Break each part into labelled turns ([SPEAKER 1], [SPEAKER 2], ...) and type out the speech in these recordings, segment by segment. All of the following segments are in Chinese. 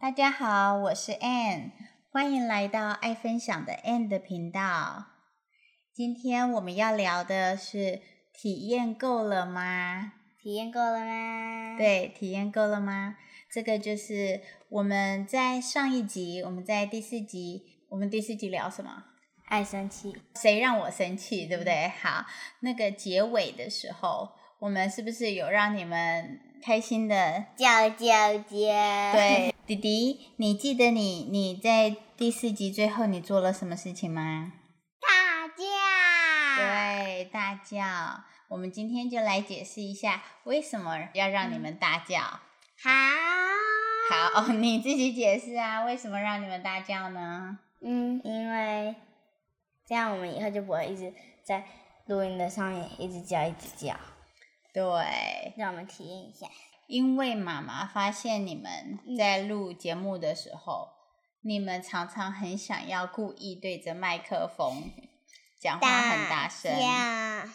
[SPEAKER 1] 大家好，我是 Ann，欢迎来到爱分享的 Ann 的频道。今天我们要聊的是体验够了吗？
[SPEAKER 2] 体验够了吗？，
[SPEAKER 1] 对，体验够了吗？这个就是我们在上一集，我们在第四集，我们第四集聊什么？
[SPEAKER 2] 爱生气，
[SPEAKER 1] 谁让我生气，对不对？好，那个结尾的时候，我们是不是有让你们开心的
[SPEAKER 2] 叫叫叫。对，
[SPEAKER 1] 对，弟弟，你记得你你在第四集最后你做了什么事情吗？
[SPEAKER 2] 大叫。
[SPEAKER 1] 对，大叫。我们今天就来解释一下为什么要让你们大叫。
[SPEAKER 2] 好。
[SPEAKER 1] 好、 哦，你自己解释啊，为什么让你们大叫呢？
[SPEAKER 2] 嗯，因为这样我们以后就不会一直在录音的上面一直叫一直叫，
[SPEAKER 1] 对，
[SPEAKER 2] 让我们体验一下。
[SPEAKER 1] 因为妈妈发现你们在录节目的时候，你们常常很想要故意对着麦克风讲话很大声，
[SPEAKER 2] 叫。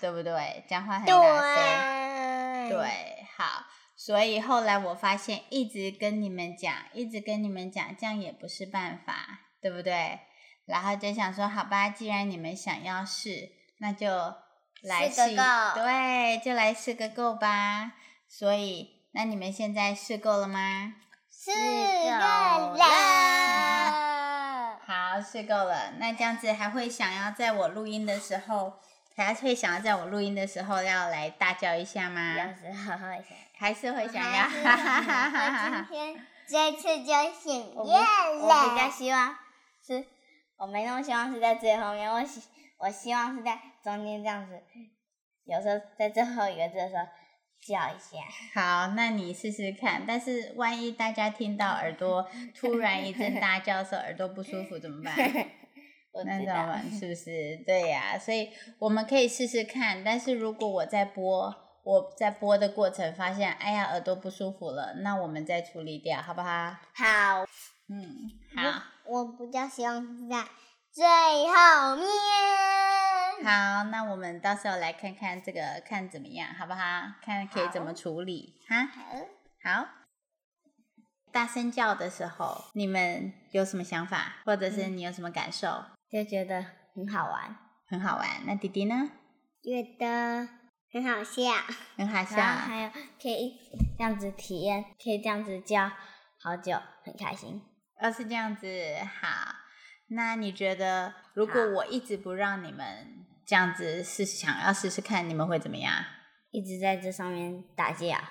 [SPEAKER 1] 对不对？讲话很大声。
[SPEAKER 2] 对。。
[SPEAKER 1] 对，好，所以后来我发现，一直跟你们讲，一直跟你们讲，这样也不是办法，对不对？然后就想说，好吧，既然你们想要试，那就来
[SPEAKER 2] 试个
[SPEAKER 1] 试一，
[SPEAKER 2] 够
[SPEAKER 1] 对，就来试个够吧。所以，那你们现在试够了吗？
[SPEAKER 2] 四
[SPEAKER 1] 够
[SPEAKER 2] 个
[SPEAKER 1] 了
[SPEAKER 2] 人。
[SPEAKER 1] 好，试够了。那这样子还会想要在我录音的时候，还会想要在我录音的时候要来大叫一下吗？
[SPEAKER 2] 有时候会想，
[SPEAKER 1] 还是会想要？
[SPEAKER 2] 我今天这次就醒
[SPEAKER 1] 我不
[SPEAKER 2] 宴了。
[SPEAKER 1] 我比较
[SPEAKER 2] 希望是，我没那么希望是在最后面，我希我希望是在中间这样子，有时候在最后一个字的时候叫一下。
[SPEAKER 1] 好，那你试试看。但是万一大家听到耳朵突然一阵大叫的时候，耳朵不舒服怎么 办？
[SPEAKER 2] 我
[SPEAKER 1] 那
[SPEAKER 2] 知
[SPEAKER 1] 怎么
[SPEAKER 2] 道，
[SPEAKER 1] 办？是不是？对呀、所以我们可以试试看。但是如果我在播，我在播的过程发现，哎呀，耳朵不舒服了，那我们再处理掉，好不好？
[SPEAKER 2] 好，
[SPEAKER 1] 嗯，好，
[SPEAKER 2] 我比较希望是在最后面。嗯
[SPEAKER 1] 好，那我们到时候来看看这个，看怎么样，好不好？看可以怎么
[SPEAKER 2] 好
[SPEAKER 1] 处理哈。
[SPEAKER 2] 好，
[SPEAKER 1] 好，大声叫的时候，你们有什么想法，或者是你有什么感受？
[SPEAKER 2] 就觉得很好玩，
[SPEAKER 1] 很好玩。那弟弟呢？
[SPEAKER 2] 觉得很好笑。
[SPEAKER 1] 很好笑。
[SPEAKER 2] 然后还有可以这样子体验，可以这样子叫好久，很开心。
[SPEAKER 1] 要是这样子，好。那你觉得，如果
[SPEAKER 2] 好
[SPEAKER 1] 我一直不让你们这样子试，想要试试看，你们会怎么样？
[SPEAKER 2] 一直在这上面打架，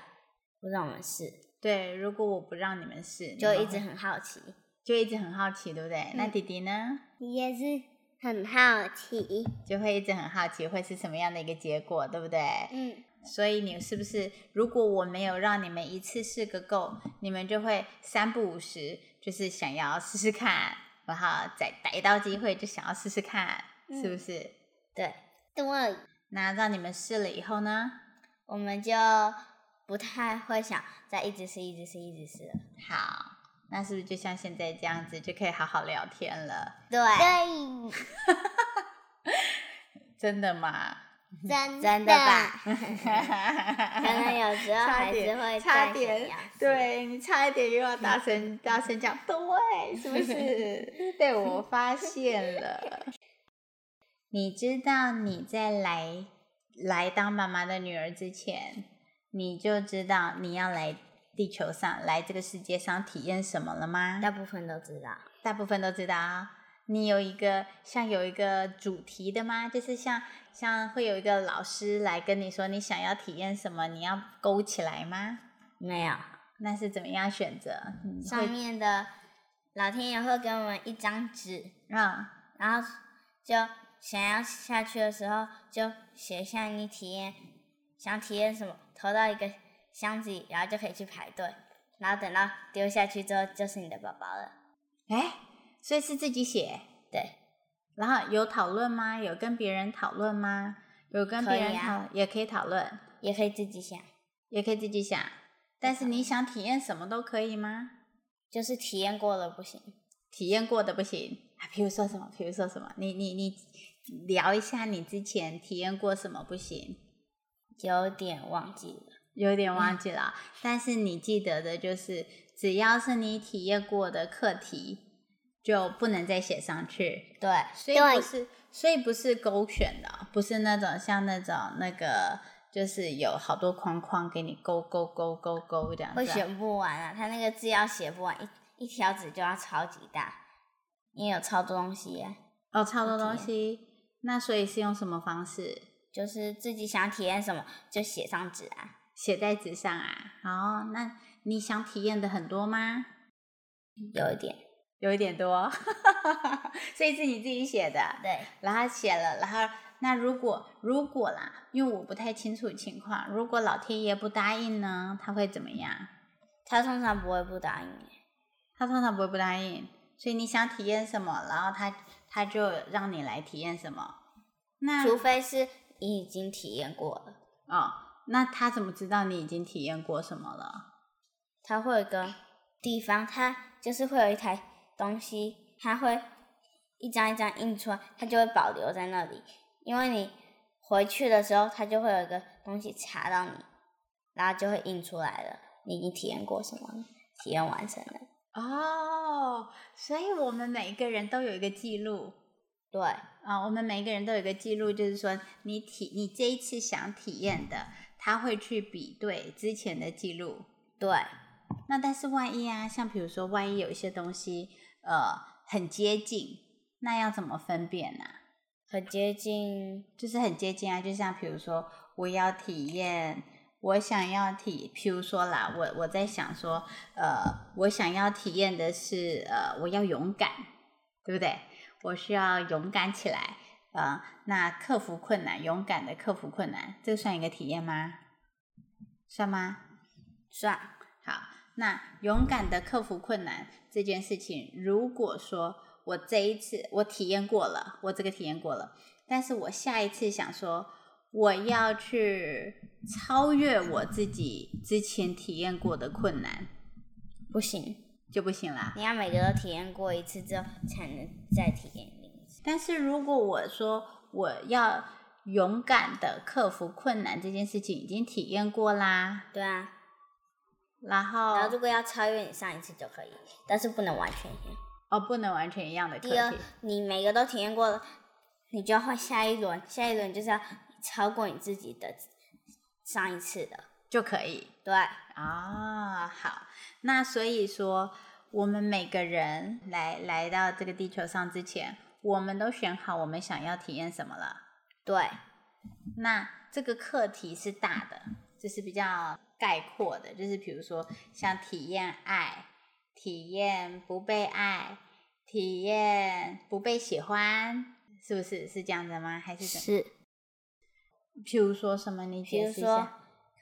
[SPEAKER 2] 不让我们试，
[SPEAKER 1] 对，如果我不让你们试，
[SPEAKER 2] 就
[SPEAKER 1] 你
[SPEAKER 2] 一
[SPEAKER 1] 们
[SPEAKER 2] 直
[SPEAKER 1] 会
[SPEAKER 2] 很好奇。
[SPEAKER 1] 就一直很好奇，对不对？那
[SPEAKER 2] 嗯
[SPEAKER 1] 弟弟呢，
[SPEAKER 2] 你也是很好奇，
[SPEAKER 1] 就会一直很好奇会是什么样的一个结果，对不对？
[SPEAKER 2] 嗯，
[SPEAKER 1] 所以你是不是，如果我没有让你们一次试个够，你们就会三不五时，就是想要试试看，然后再逮到机会就想要试试看，
[SPEAKER 2] 嗯
[SPEAKER 1] 是不是？
[SPEAKER 2] 对，对，
[SPEAKER 1] 那让你们试了以后呢？
[SPEAKER 2] 我们就不太会想再一直试、一直试、一直试了。
[SPEAKER 1] 好，那是不是就像现在这样子，就可以好好聊天了？
[SPEAKER 2] 对，对，
[SPEAKER 1] 真的吗？
[SPEAKER 2] 真 真的吧？可能有时候
[SPEAKER 1] 差
[SPEAKER 2] 还是
[SPEAKER 1] 点，
[SPEAKER 2] 会
[SPEAKER 1] 差
[SPEAKER 2] 再
[SPEAKER 1] 点
[SPEAKER 2] 想要 试，
[SPEAKER 1] 对你差一点又要大声大声讲，对，是不是？被我发现了。你知道你在来来当妈妈的女儿之前，你就知道你要来地球上、来这个世界上体验什么了吗？
[SPEAKER 2] 大部分都知道。
[SPEAKER 1] 大部分都知道。你有一个像有一个主题的吗？就是像像会有一个老师来跟你说你想要体验什么，你要勾起来吗？
[SPEAKER 2] 没有，
[SPEAKER 1] 那是怎么样选择？嗯
[SPEAKER 2] 上面的老天爷会给我们一张纸，
[SPEAKER 1] 嗯，
[SPEAKER 2] 然后就想要下去的时候，就写下你体验想体验什么，投到一个箱子里，然后就可以去排队，然后等到丢下去之后就是你的宝宝了。
[SPEAKER 1] 哎，所以是自己写，
[SPEAKER 2] 对，
[SPEAKER 1] 然后有讨论吗？有跟别人讨论吗？有跟别
[SPEAKER 2] 可
[SPEAKER 1] 人
[SPEAKER 2] 以
[SPEAKER 1] 讨，
[SPEAKER 2] 啊
[SPEAKER 1] 也可以讨论，
[SPEAKER 2] 也可以自己想，
[SPEAKER 1] 也可以自己想。但是你想体验什么都可以吗？
[SPEAKER 2] 就是体验过了不行。
[SPEAKER 1] 体验过的不行啊，比如说什么？比如说什么？你你你聊一下你之前体验过什么不行？
[SPEAKER 2] 有点忘记了，
[SPEAKER 1] 有点忘记了，但是你记得的就是，只要是你体验过的课题，就不能再写上去。
[SPEAKER 2] 对，
[SPEAKER 1] 所以不
[SPEAKER 3] 对
[SPEAKER 1] 是，所以不是勾选的哦，不是那种像那种那个，就是有好多框框给你勾勾勾勾勾这样子
[SPEAKER 2] 会
[SPEAKER 1] 啊。
[SPEAKER 2] 选不完啊，他那个字要写不完，一一条纸就要超级大，因为有超多东西、啊，
[SPEAKER 1] 哦，超多
[SPEAKER 2] 题
[SPEAKER 1] 东西。那所以是用什么方式？
[SPEAKER 2] 就是自己想体验什么就写上纸啊。
[SPEAKER 1] 写在纸上啊。好，那你想体验的很多吗？
[SPEAKER 2] 有一点，
[SPEAKER 1] 有一点多， 所以是你自己写的。
[SPEAKER 2] 对，
[SPEAKER 1] 然后写了，然后那如果如果啦，因为我不太清楚情况，如果老天爷不答应呢，他会怎么样？
[SPEAKER 2] 他通常不会不答应你，
[SPEAKER 1] 他通常不会不答应，所以你想体验什么，然后他他就让你来体验什么。那
[SPEAKER 2] 除非是你已经体验过了，
[SPEAKER 1] 哦，那他怎么知道你已经体验过什么了？
[SPEAKER 2] 他会有一个地方，它就是会有一台东西，它会一张一张印出来，它就会保留在那里，因为你回去的时候，它就会有一个东西查到你，然后就会印出来了。你已经体验过什么了？体验完成了。
[SPEAKER 1] 哦，所以我们每一个人都有一个记录。
[SPEAKER 2] 对，
[SPEAKER 1] 啊、我们每一个人都有一个记录，就是说你体你这一次想体验的，他会去比对之前的记录。
[SPEAKER 2] 对，
[SPEAKER 1] 那但是万一啊，像比如说，万一有一些东西呃很接近，那要怎么分辨啊呢、
[SPEAKER 2] 很接近。
[SPEAKER 1] 就是很接近啊，就像比如说，我要体验，我想要体，譬如说啦，我我在想说，呃，我想要体验的是，呃，我要勇敢，对不对？我需要勇敢起来，呃，那克服困难，勇敢的克服困难，这算一个体验吗？算吗？
[SPEAKER 2] 算
[SPEAKER 1] 好，那勇敢的克服困难这件事情，如果说我这一次我体验过了，我这个体验过了，但是我下一次想说我要去超越我自己之前体验过的困难
[SPEAKER 2] 不行，
[SPEAKER 1] 就不行啦。
[SPEAKER 2] 你要每个都体验过一次之后，才能再体验一次。
[SPEAKER 1] 但是如果我说我要勇敢的克服困难这件事情已经体验过啦，
[SPEAKER 2] 对啊，
[SPEAKER 1] 然后
[SPEAKER 2] 然后如果要超越你上一次就可以，但是不能完全一样。
[SPEAKER 1] 哦不能完全一样的课
[SPEAKER 2] 第二
[SPEAKER 1] 题，，
[SPEAKER 2] 你每个都体验过了，你就要换下一轮，下一轮就是要超过你自己的上一次的。
[SPEAKER 1] 就可以。
[SPEAKER 2] 对，
[SPEAKER 1] 啊、好，那所以说，我们每个人来来到这个地球上之前，我们都选好我们想要体验什么了。
[SPEAKER 2] 对，
[SPEAKER 1] 那这个课题是大的，就是比较概括的，就是比如说像体验爱、体验不被爱、体验不被喜欢，是不是是这样的吗？还是什么？
[SPEAKER 2] 是。
[SPEAKER 1] 譬如说什么？你
[SPEAKER 2] 比
[SPEAKER 1] 解
[SPEAKER 2] 如
[SPEAKER 1] 释一下
[SPEAKER 2] 说。，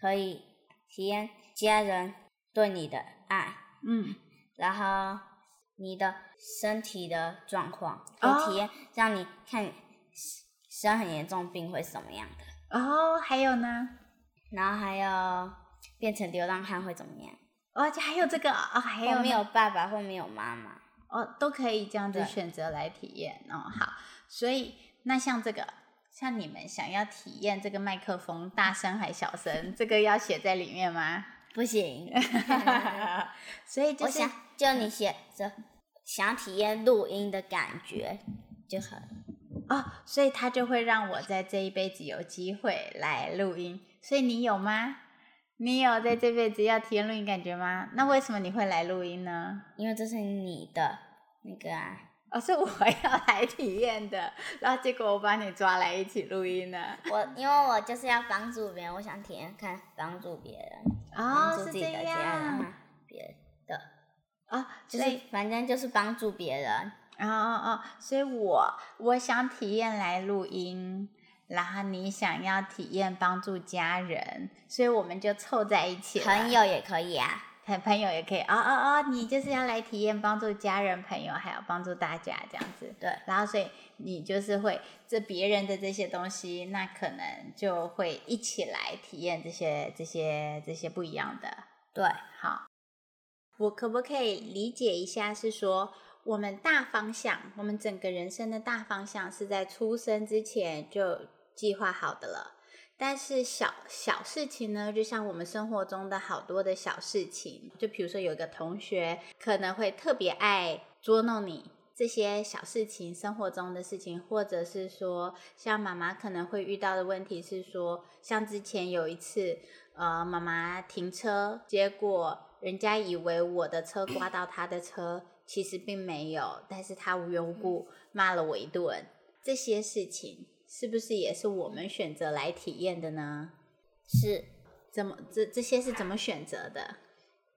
[SPEAKER 2] 可以体验家人对你的爱，
[SPEAKER 1] 嗯，
[SPEAKER 2] 然后你的身体的状况，可
[SPEAKER 1] 哦
[SPEAKER 2] 以体验让你看你生很严重病会是怎么样的，
[SPEAKER 1] 哦，还有呢？
[SPEAKER 2] 然后还有变成流浪汉会怎么样，
[SPEAKER 1] 哦，而且还有这个哦，还有
[SPEAKER 2] 或
[SPEAKER 1] 呢
[SPEAKER 2] 没有爸爸或没有妈妈。
[SPEAKER 1] 哦，都可以这样子
[SPEAKER 2] 对
[SPEAKER 1] 选择来体验哦。好，所以那像这个，像你们想要体验这个麦克风大声还小声，这个要写在里面吗？
[SPEAKER 2] 不行，
[SPEAKER 1] 所以就
[SPEAKER 2] 我
[SPEAKER 1] 是
[SPEAKER 2] 想就你写着想体验录音的感觉就好了。
[SPEAKER 1] 哦，所以他就会让我在这一辈子有机会来录音。所以你有吗？你有在这辈子要体验录音感觉吗？那为什么你会来录音呢？
[SPEAKER 2] 因为这是你的那个啊，
[SPEAKER 1] 哦，是我要来体验的，然后结果我把你抓来一起录音了。
[SPEAKER 2] 我因为我就是要帮助别人，我想体验看帮助别人，帮
[SPEAKER 1] 哦，
[SPEAKER 2] 助
[SPEAKER 1] 是
[SPEAKER 2] 自己
[SPEAKER 1] 这
[SPEAKER 2] 的家人
[SPEAKER 1] 样
[SPEAKER 2] 和别人的，
[SPEAKER 1] 哦，
[SPEAKER 2] 就
[SPEAKER 1] 所以
[SPEAKER 2] 是反正就是帮助别人。
[SPEAKER 1] 哦哦哦，所以我我想体验来录音，然后你想要体验帮助家人，所以我们就凑在一起了。
[SPEAKER 2] 朋友也可以啊，
[SPEAKER 1] 朋朋友也可以。哦哦哦，你就是要来体验帮助家人、朋友，还有帮助大家这样子。
[SPEAKER 2] 对
[SPEAKER 1] 然后所以你就是会这别人的这些东西，那可能就会一起来体验这些这些这些不一样的。
[SPEAKER 2] 对，
[SPEAKER 1] 好，我可不可以理解一下？是说我们大方向，我们整个人生的大方向是在出生之前就计划好的了，但是小小事情呢，就像我们生活中的好多的小事情，就比如说有个同学可能会特别爱捉弄你，这些小事情，生活中的事情，或者是说，像妈妈可能会遇到的问题是说，像之前有一次，呃，妈妈停车，结果人家以为我的车刮到她的车，其实并没有，但是她无缘无故骂了我一顿，这些事情是不是也是我们选择来体验的呢？
[SPEAKER 2] 是，
[SPEAKER 1] 怎么这这些是怎么选择的？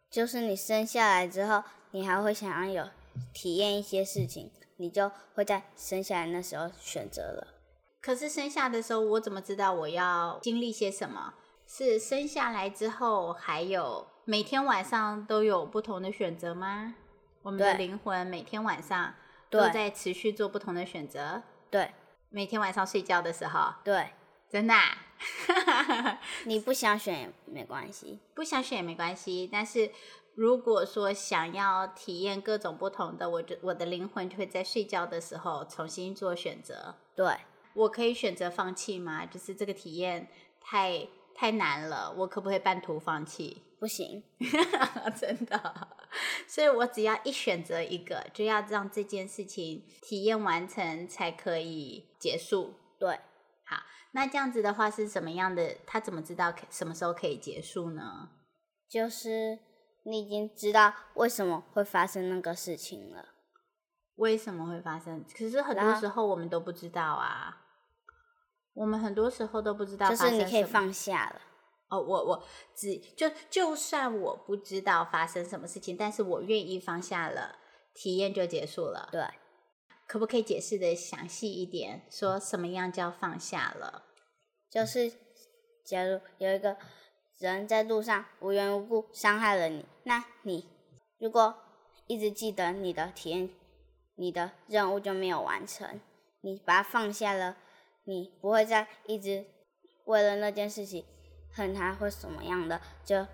[SPEAKER 2] 就是你生下来之后，你还会想要有体验一些事情，你就会在生下来那时候选择了。
[SPEAKER 1] 可是生下的时候，我怎么知道我要经历些什么？是生下来之后，还有每天晚上都有不同的选择吗？我们的
[SPEAKER 2] 对
[SPEAKER 1] 灵魂每天晚上都
[SPEAKER 2] 对
[SPEAKER 1] 在持续做不同的选择。
[SPEAKER 2] 对
[SPEAKER 1] 每天晚上睡觉的时候，
[SPEAKER 2] 对，
[SPEAKER 1] 真的啊、
[SPEAKER 2] 你不想选也没关系。
[SPEAKER 1] 不想选也没关系。但是如果说想要体验各种不同的，我就我的灵魂就会在睡觉的时候重新做选择。
[SPEAKER 2] 对，
[SPEAKER 1] 我可以选择放弃吗？就是这个体验太太难了，我可不可以半途放弃？
[SPEAKER 2] 不行。
[SPEAKER 1] 真的，所以我只要一选择一个，就要让这件事情体验完成才可以结束。
[SPEAKER 2] 对，
[SPEAKER 1] 那这样子的话是什么样的？他怎么知道可什么时候可以结束呢？
[SPEAKER 2] 就是你已经知道为什么会发生那个事情了。
[SPEAKER 1] 为什么会发生？可是很多
[SPEAKER 2] 然后
[SPEAKER 1] 时候我们都不知道啊，我们很多时候都不知道
[SPEAKER 2] 就
[SPEAKER 1] 发生
[SPEAKER 2] 是
[SPEAKER 1] 什
[SPEAKER 2] 你
[SPEAKER 1] 么。
[SPEAKER 2] 可以放下了。
[SPEAKER 1] 哦，我我只就就算我不知道发生什么事情，但是我愿意放下了，体验就结束了。
[SPEAKER 2] 对，
[SPEAKER 1] 可不可以解释的详细一点，说什么样叫放下了？
[SPEAKER 2] 就是假如有一个人在路上无缘无故伤害了你，那你如果一直记得你的体验，你的任务就没有完成，你把它放下了，你不会再一直为了那件事情恨他或什么样的，就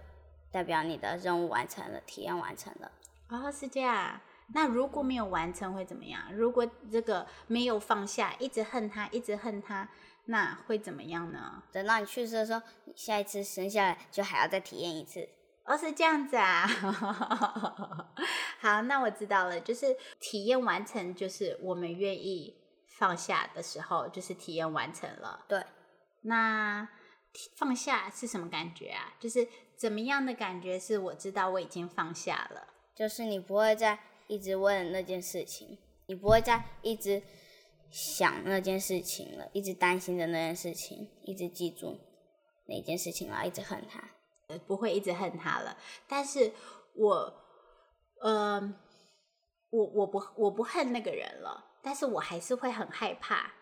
[SPEAKER 2] 代表你的任务完成了，体验完成了。
[SPEAKER 1] 哦，是这样。那如果没有完成会怎么样？如果这个没有放下，一直恨他，一直恨他，那会怎么样呢？
[SPEAKER 2] 等到你去世的时候，你下一次生下来就还要再体验一次。
[SPEAKER 1] 哦，是这样子啊。 好，那我知道了，就是体验完成，就是我们愿意放下的时候，就是体验完成了。
[SPEAKER 2] 对，
[SPEAKER 1] 那体放下是什么感觉啊？就是怎么样的感觉是我知道我已经放下了。
[SPEAKER 2] 就是你不会再一直为了那件事情，你不会再一直想那件事情了，一直担心着那件事情，一直记住那件事情，然后一直恨他。
[SPEAKER 1] 不会一直恨他了。但是我，呃，我我不我不恨那个人了，但是我还是会很害怕。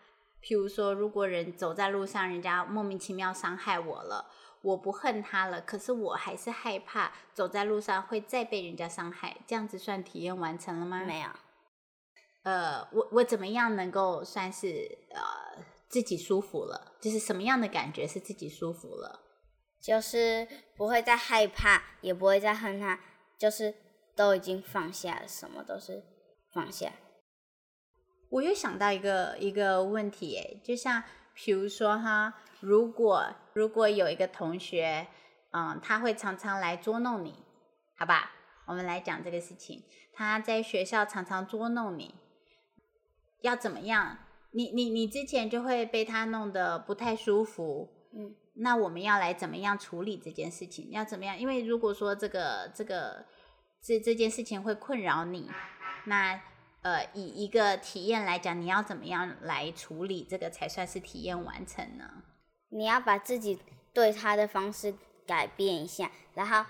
[SPEAKER 1] 譬如说，如果人走在路上，人家莫名其妙伤害我了，我不恨他了，可是我还是害怕走在路上会再被人家伤害。这样子算体验完成了吗？
[SPEAKER 2] 没有，
[SPEAKER 1] 呃，我我怎么样能够算是呃自己舒服了？就是什么样的感觉是自己舒服了？
[SPEAKER 2] 就是不会再害怕，也不会再恨他，就是都已经放下了，什么都是放下。
[SPEAKER 1] 我又想到一个一个问题耶，就像比如说哈，如果如果有一个同学，嗯，他会常常来捉弄你，好吧？我们来讲这个事情，他在学校常常捉弄你，要怎么样？你你你之前就会被他弄得不太舒服，
[SPEAKER 2] 嗯，
[SPEAKER 1] 那我们要来怎么样处理这件事情？要怎么样？因为如果说这个这个这这件事情会困扰你，那呃，以一个体验来讲，你要怎么样来处理这个才算是体验完成呢？
[SPEAKER 2] 你要把自己对他的方式改变一下，然后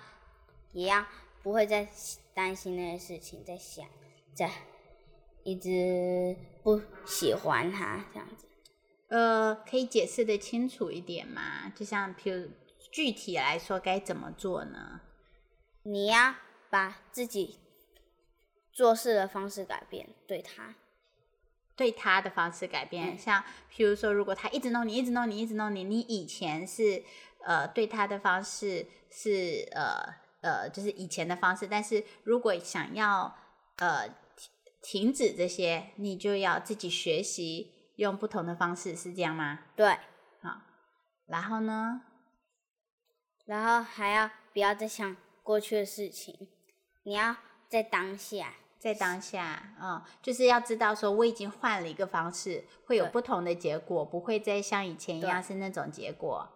[SPEAKER 2] 也要不会再担心那些事情，再想，再一直不喜欢他这样子。
[SPEAKER 1] 呃，可以解释的清楚一点吗？就像譬如具体来说该怎么做呢？
[SPEAKER 2] 你要把自己做事的方式改变，对他，
[SPEAKER 1] 对他的方式改变，
[SPEAKER 2] 嗯
[SPEAKER 1] 像譬如说，如果他一直弄你，一直弄你，一直弄你，你以前是呃对他的方式是呃呃就是以前的方式，但是如果想要呃停停止这些，你就要自己学习用不同的方式，是这样吗？
[SPEAKER 2] 对，
[SPEAKER 1] 然后呢？
[SPEAKER 2] 然后还要不要再想过去的事情，你要在当下。
[SPEAKER 1] 在当下，嗯，就是要知道说我已经换了一个方式，会有
[SPEAKER 2] 对
[SPEAKER 1] 不同的结果，不会再像以前一样
[SPEAKER 2] 对
[SPEAKER 1] 是那种结果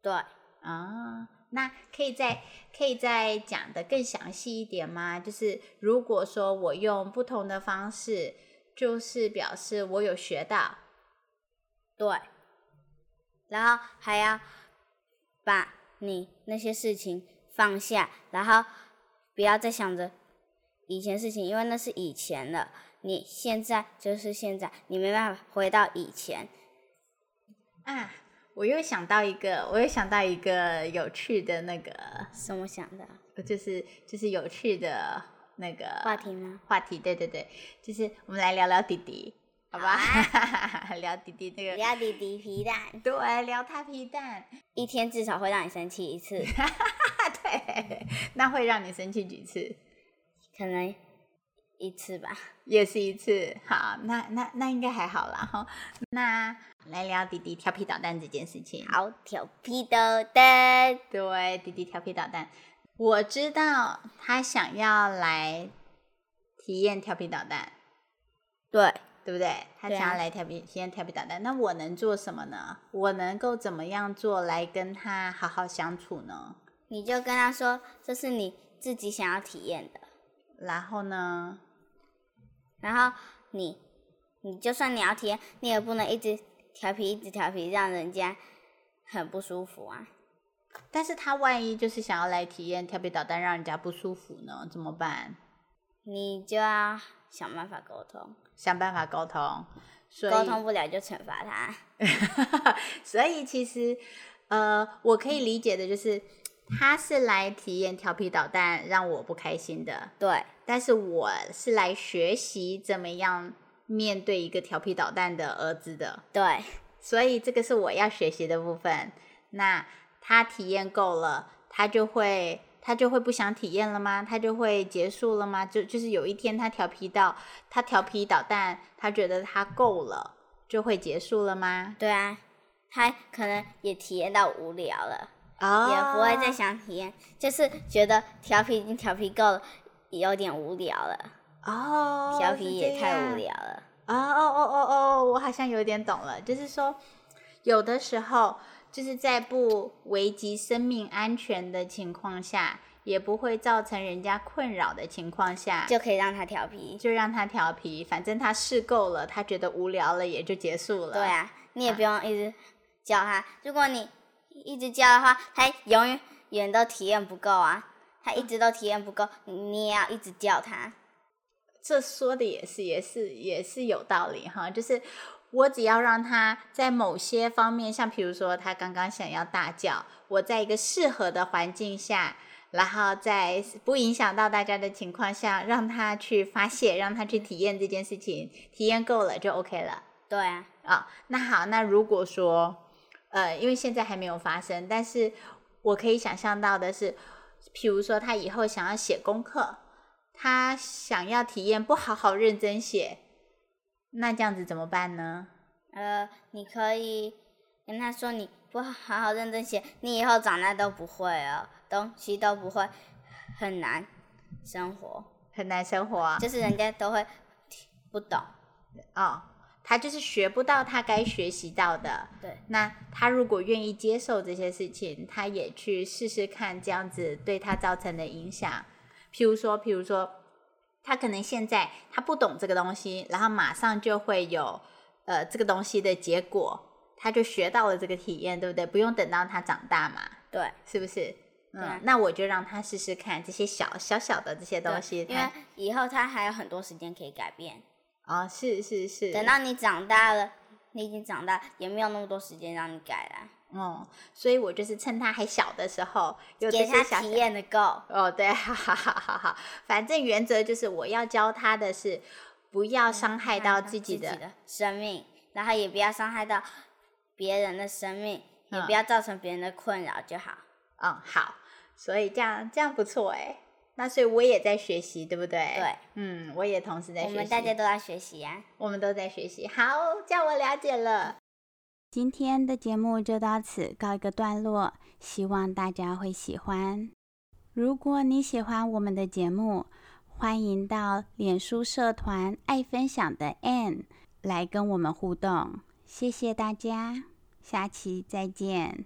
[SPEAKER 2] 对，
[SPEAKER 1] 啊。那可以再可以再讲的更详细一点吗？就是如果说我用不同的方式，就是表示我有学到，
[SPEAKER 2] 对，然后还要把你那些事情放下，然后不要再想着以前事情，因为那是以前了。你现在就是现在，你没办法回到以前。
[SPEAKER 1] 啊，我又想到一个，我又想到一个有趣的那个，
[SPEAKER 2] 什么想的啊
[SPEAKER 1] 就是就是有趣的那个
[SPEAKER 2] 话题吗？
[SPEAKER 1] 话题，对对对，就是我们来聊聊弟弟，好吧？ 聊弟弟这
[SPEAKER 2] 不
[SPEAKER 1] 个，
[SPEAKER 2] 要理迪皮蛋，
[SPEAKER 1] 对，聊他皮蛋，
[SPEAKER 2] 一天至少会让你生气一次，
[SPEAKER 1] 啊对，那会让你生气几次？
[SPEAKER 2] 可能一次吧。
[SPEAKER 1] 也是一次，好，那那那应该还好啦哈。那来聊弟弟调皮捣蛋这件事情。
[SPEAKER 2] 好调皮捣蛋，
[SPEAKER 1] 对，弟弟调皮捣蛋，我知道他想要来体验调皮捣蛋，
[SPEAKER 2] 对，
[SPEAKER 1] 对不对？他
[SPEAKER 2] 对啊
[SPEAKER 1] 想要来调皮体验调皮捣蛋，那我能做什么呢？我能够怎么样做来跟他好好相处呢？
[SPEAKER 2] 你就跟他说这是你自己想要体验的，
[SPEAKER 1] 然后呢？
[SPEAKER 2] 然后你，你就算你要体验，你也不能一直调皮，一直调皮，让人家很不舒服啊。
[SPEAKER 1] 但是他万一就是想要来体验调皮捣蛋，让人家不舒服呢？怎么办？
[SPEAKER 2] 你就要想办法沟通，
[SPEAKER 1] 想办法沟通，所以
[SPEAKER 2] 沟通不了就惩罚他。
[SPEAKER 1] 所以其实，呃，我可以理解的就是，他是来体验调皮捣蛋，让我不开心的。
[SPEAKER 2] 对
[SPEAKER 1] 但是我是来学习怎么样面对一个调皮捣蛋的儿子的，
[SPEAKER 2] 对
[SPEAKER 1] 所以这个是我要学习的部分。那他体验够了，他就会他就会不想体验了吗？他就会结束了吗？就就是有一天他调皮到他调皮捣蛋，他觉得他够了，就会结束了吗？
[SPEAKER 2] 对啊，他可能也体验到无聊了，
[SPEAKER 1] 哦
[SPEAKER 2] 也不会再想体验，就是觉得调皮已经调皮够了，有点无聊了，
[SPEAKER 1] 哦，
[SPEAKER 2] 调
[SPEAKER 1] 是
[SPEAKER 2] 皮
[SPEAKER 1] 这
[SPEAKER 2] 也太
[SPEAKER 1] 样
[SPEAKER 2] 无聊了。
[SPEAKER 1] 哦哦哦哦哦，我好像有点懂了，就是说，有的时候就是在不危及生命安全的情况下，也不会造成人家困扰的情况下，
[SPEAKER 2] 就可以让他调皮。
[SPEAKER 1] 就让他调皮，反正他试够了，他觉得无聊了，也就结束了。
[SPEAKER 2] 对，啊，你也不用一直教他。如果你一直教的话，他永远远都体验不够啊。他一直都体验不够，你也要一直教他。
[SPEAKER 1] 这说的也是，也是，也是有道理哈。就是我只要让他在某些方面，像比如说他刚刚想要大叫，我在一个适合的环境下，然后在不影响到大家的情况下，让他去发泄，让他去体验这件事情，体验够了就 OK 了。
[SPEAKER 2] 对啊，
[SPEAKER 1] 啊、那好，那如果说，呃，因为现在还没有发生，但是我可以想象到的是，譬如说他以后想要写功课，他想要体验不好好认真写，那这样子怎么办呢？
[SPEAKER 2] 呃，你可以跟他说，你不好好认真写，你以后长大都不会哦，东西都不会，很难生活，
[SPEAKER 1] 很难生活啊
[SPEAKER 2] 就是人家都会不懂。
[SPEAKER 1] 哦，他就是学不到他该学习到的。
[SPEAKER 2] 对，
[SPEAKER 1] 那他如果愿意接受这些事情，他也去试试看这样子对他造成的影响。譬如说，譬如说，他可能现在他不懂这个东西，然后马上就会有呃这个东西的结果，他就学到了这个体验，对不对？不用等到他长大嘛，
[SPEAKER 2] 对。
[SPEAKER 1] 是不是？
[SPEAKER 2] 对啊
[SPEAKER 1] 嗯，那我就让他试试看这些小小小的这些
[SPEAKER 2] 对
[SPEAKER 1] 东西，
[SPEAKER 2] 因为
[SPEAKER 1] 他
[SPEAKER 2] 以后他还有很多时间可以改变。
[SPEAKER 1] 哦，是是是，
[SPEAKER 2] 等到你长大了，你已经长大，也没有那么多时间让你改啦，
[SPEAKER 1] 嗯，所以我就是趁他还小的时候，有这
[SPEAKER 2] 给
[SPEAKER 1] 些
[SPEAKER 2] 他
[SPEAKER 1] 小
[SPEAKER 2] 体验的够。
[SPEAKER 1] 哦，对， 哈哈哈哈哈。反正原则就是我要教他的是，不要
[SPEAKER 2] 嗯
[SPEAKER 1] 伤害到自己的，
[SPEAKER 2] 生命，然后也不要伤害到别人的生命，也
[SPEAKER 1] 嗯
[SPEAKER 2] 不要造成别人的困扰就好。
[SPEAKER 1] 嗯，好。所以这样这样不错哎。那所以我也在学习，对不对？
[SPEAKER 2] 对，
[SPEAKER 1] 嗯，我也同时在学
[SPEAKER 2] 我
[SPEAKER 1] 习。
[SPEAKER 2] 啊们大家都要学习呀、
[SPEAKER 1] 我们都在学习，好，这样我了解了。
[SPEAKER 3] 今天的节目就到此告一个段落，希望大家会喜欢。如果你喜欢我们的节目，欢迎到脸书社团“爱分享”的 Ann 来跟我们互动。谢谢大家，下期再见。